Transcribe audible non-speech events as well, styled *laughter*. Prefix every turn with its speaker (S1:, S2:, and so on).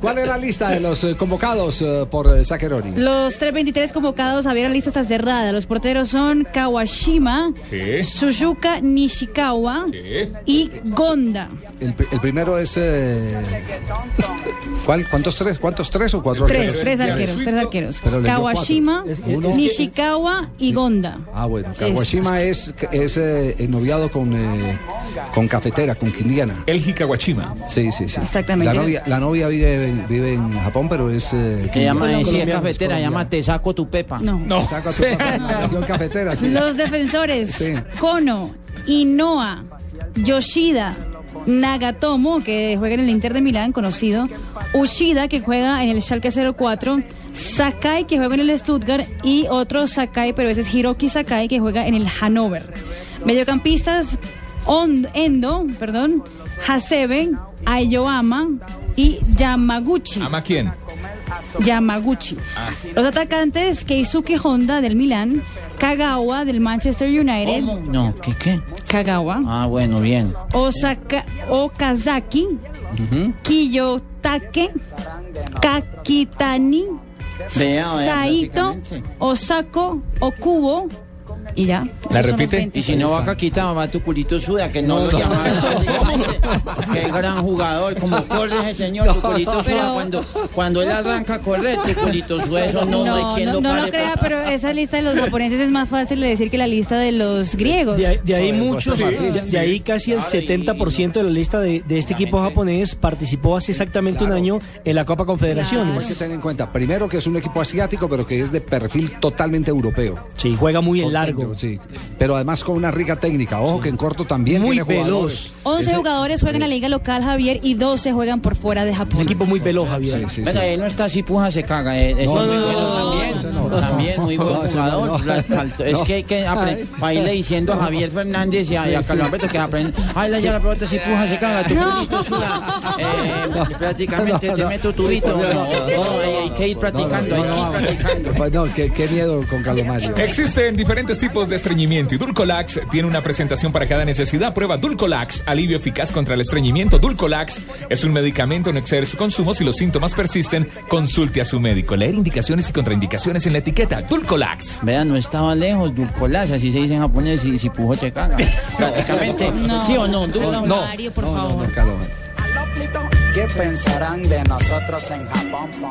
S1: ¿Cuál es la lista de los eh, convocados eh, por eh, Saccheroni?
S2: Los 323 convocados abrieron lista está cerrada. Los porteros son Kawashima,
S3: Sí.
S2: Suzuka Nishikawa
S3: Sí.
S2: y Gonda.
S1: El, pri- el primero es. eh, ¿cuál- ¿Cuántos tres? ¿Cuántos tres o cuatro?
S2: Tres,
S3: Pero
S2: tres
S3: es que
S2: arqueros,
S3: Suito-
S2: tres arqueros.
S1: Pero leyó
S2: Kawashima,
S1: cuatro. Es que- es que-
S2: Nishikawa y Gonda.
S1: Ah, bueno. Kawashima es, es eh, ennoviado con, eh, con cafetera, con quindiana.
S3: El Jicaguachima.
S1: Sí, sí, sí.
S2: Exactamente.
S1: La novia, la novia vive, vive en Japón, pero es. eh,
S4: Que llama,
S1: quindiana.
S4: eh, sí, es
S1: Colombiana,
S4: cafetera,
S1: es
S4: llama Te saco tu pepa.
S2: No.
S3: No.
S1: Saca tu papá,
S2: *laughs*
S1: nació cafetera, sí.
S2: Los defensores,
S1: Sí.
S2: Kono, Inoa, Yoshida, Nagatomo, que juega en el Inter de Milán, conocido, Ushida, que juega en el Schalke 04, Sakai, que juega en el Stuttgart, y otro Sakai, pero ese es Hiroki Sakai, que juega en el Hannover. Mediocampistas, On- Endo, perdón, Hasebe, Ayoama y Yamaguchi.
S3: ¿Ama quién?
S2: Yamaguchi. Los atacantes, Keisuke Honda del Milán, Kagawa del Manchester United,
S4: No, ¿qué qué?
S2: Kagawa,
S4: Ah, bueno, bien.
S2: Osaka, Okazaki, Kiyotake, Kakitani,
S4: Vea, vea,
S2: Saito,
S4: básicamente.
S2: Osako, Okubo y ya. Esos son los
S3: repite?
S2: 20.
S4: Y si no va Caquita, va tu culito suda, que no, lo llamaron. *laughs* básicamente. Qué gran jugador, como corre ese señor, tu culito suda.
S2: Pero-
S4: Cuando, cuando él arranca a correr, tu culito suda, eso no, no hay
S2: No,
S4: quien
S2: no,
S4: lo
S2: no
S4: pare.
S2: lo crea, pero esa lista de los japoneses es más fácil de decir que la lista de los griegos.
S5: De, ahí- de ahí muchos,
S1: Sí.
S5: de, de ahí casi el
S4: Claro, y-
S5: 70% de la lista de, de este equipo
S4: Exactamente.
S5: japonés participó hace exactamente un año en la Copa
S1: Hay que
S5: Confederaciones.
S1: tener en cuenta, primero que es un equipo asiático, pero que es de perfil totalmente europeo.
S5: Sí, juega muy en largo.
S1: Contento, sí. Pero además con una rica técnica. Ojo que en corto también
S5: Muy
S1: tiene jugadores.
S5: veloz.
S2: 11
S1: Ese-
S2: jugadores juegan en la liga local, Javier, y 12 juegan por fuera de
S5: Un
S2: Japón.
S5: equipo muy veloz, Javier.
S1: Sí, sí,
S4: Venga,
S1: sí.
S4: ahí no está así puja, se caga. eh, ese
S1: No,
S4: es muy
S1: no,
S4: bueno
S1: no, ese
S4: también.
S1: no, no.
S4: también muy buen
S1: No, ese no,
S4: jugador.
S1: no.
S4: la saltó. Es
S1: No.
S4: que hay que aprender. Para irle diciendo a Javier Fernández y a, y a Carlos Alberto que aprende. Ay, la ya la pelota si puja, se caga. Tu
S2: No.
S4: culito suda. Eh, prácticamente te meto tubito. No, no, hay hay que ir practicando, hay que ir practicando.
S1: Pues no, qué, qué miedo con Calomario.
S3: Existen diferentes tipos de estreñimiento y Dulcolax tiene una presentación para cada necesidad. Prueba Dulcolax, alivio eficaz contra el estreñimiento. Dulcolax es un medicamento, no exceder su consumo. Si los síntomas persisten, consulte a su médico. Leer indicaciones y contraindicaciones en la etiqueta. Dulcolax.
S4: Vean, no estaba lejos, Dulcolás, así se dice en japonés, y si pujo se
S1: *laughs*
S4: caga. Prácticamente. ¿Sí o no? Dulcolás.
S2: No. Mario, por
S1: No, no,
S2: favor.
S1: no, Calomario.
S6: ¿Qué pensarán de nosotros en Japón?